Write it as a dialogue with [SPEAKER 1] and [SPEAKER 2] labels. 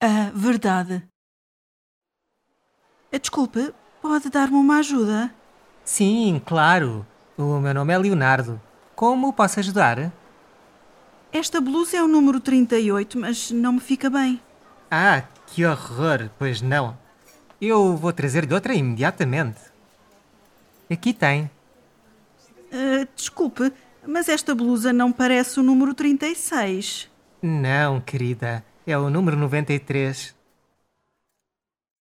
[SPEAKER 1] A verdade. Eh, Desculpe, pode dar-me uma ajuda?
[SPEAKER 2] Sim, claro. O meu nome é Leonardo. Como posso ajudar?
[SPEAKER 1] Esta blusa é o número 38, mas não me fica bem.
[SPEAKER 2] Ah, que horror! Pois não. Eu vou trazer-lhe outra imediatamente. Aqui tem.
[SPEAKER 1] Eh, desculpe, mas esta blusa não parece o número 36.
[SPEAKER 2] Não, querida. É o número 93.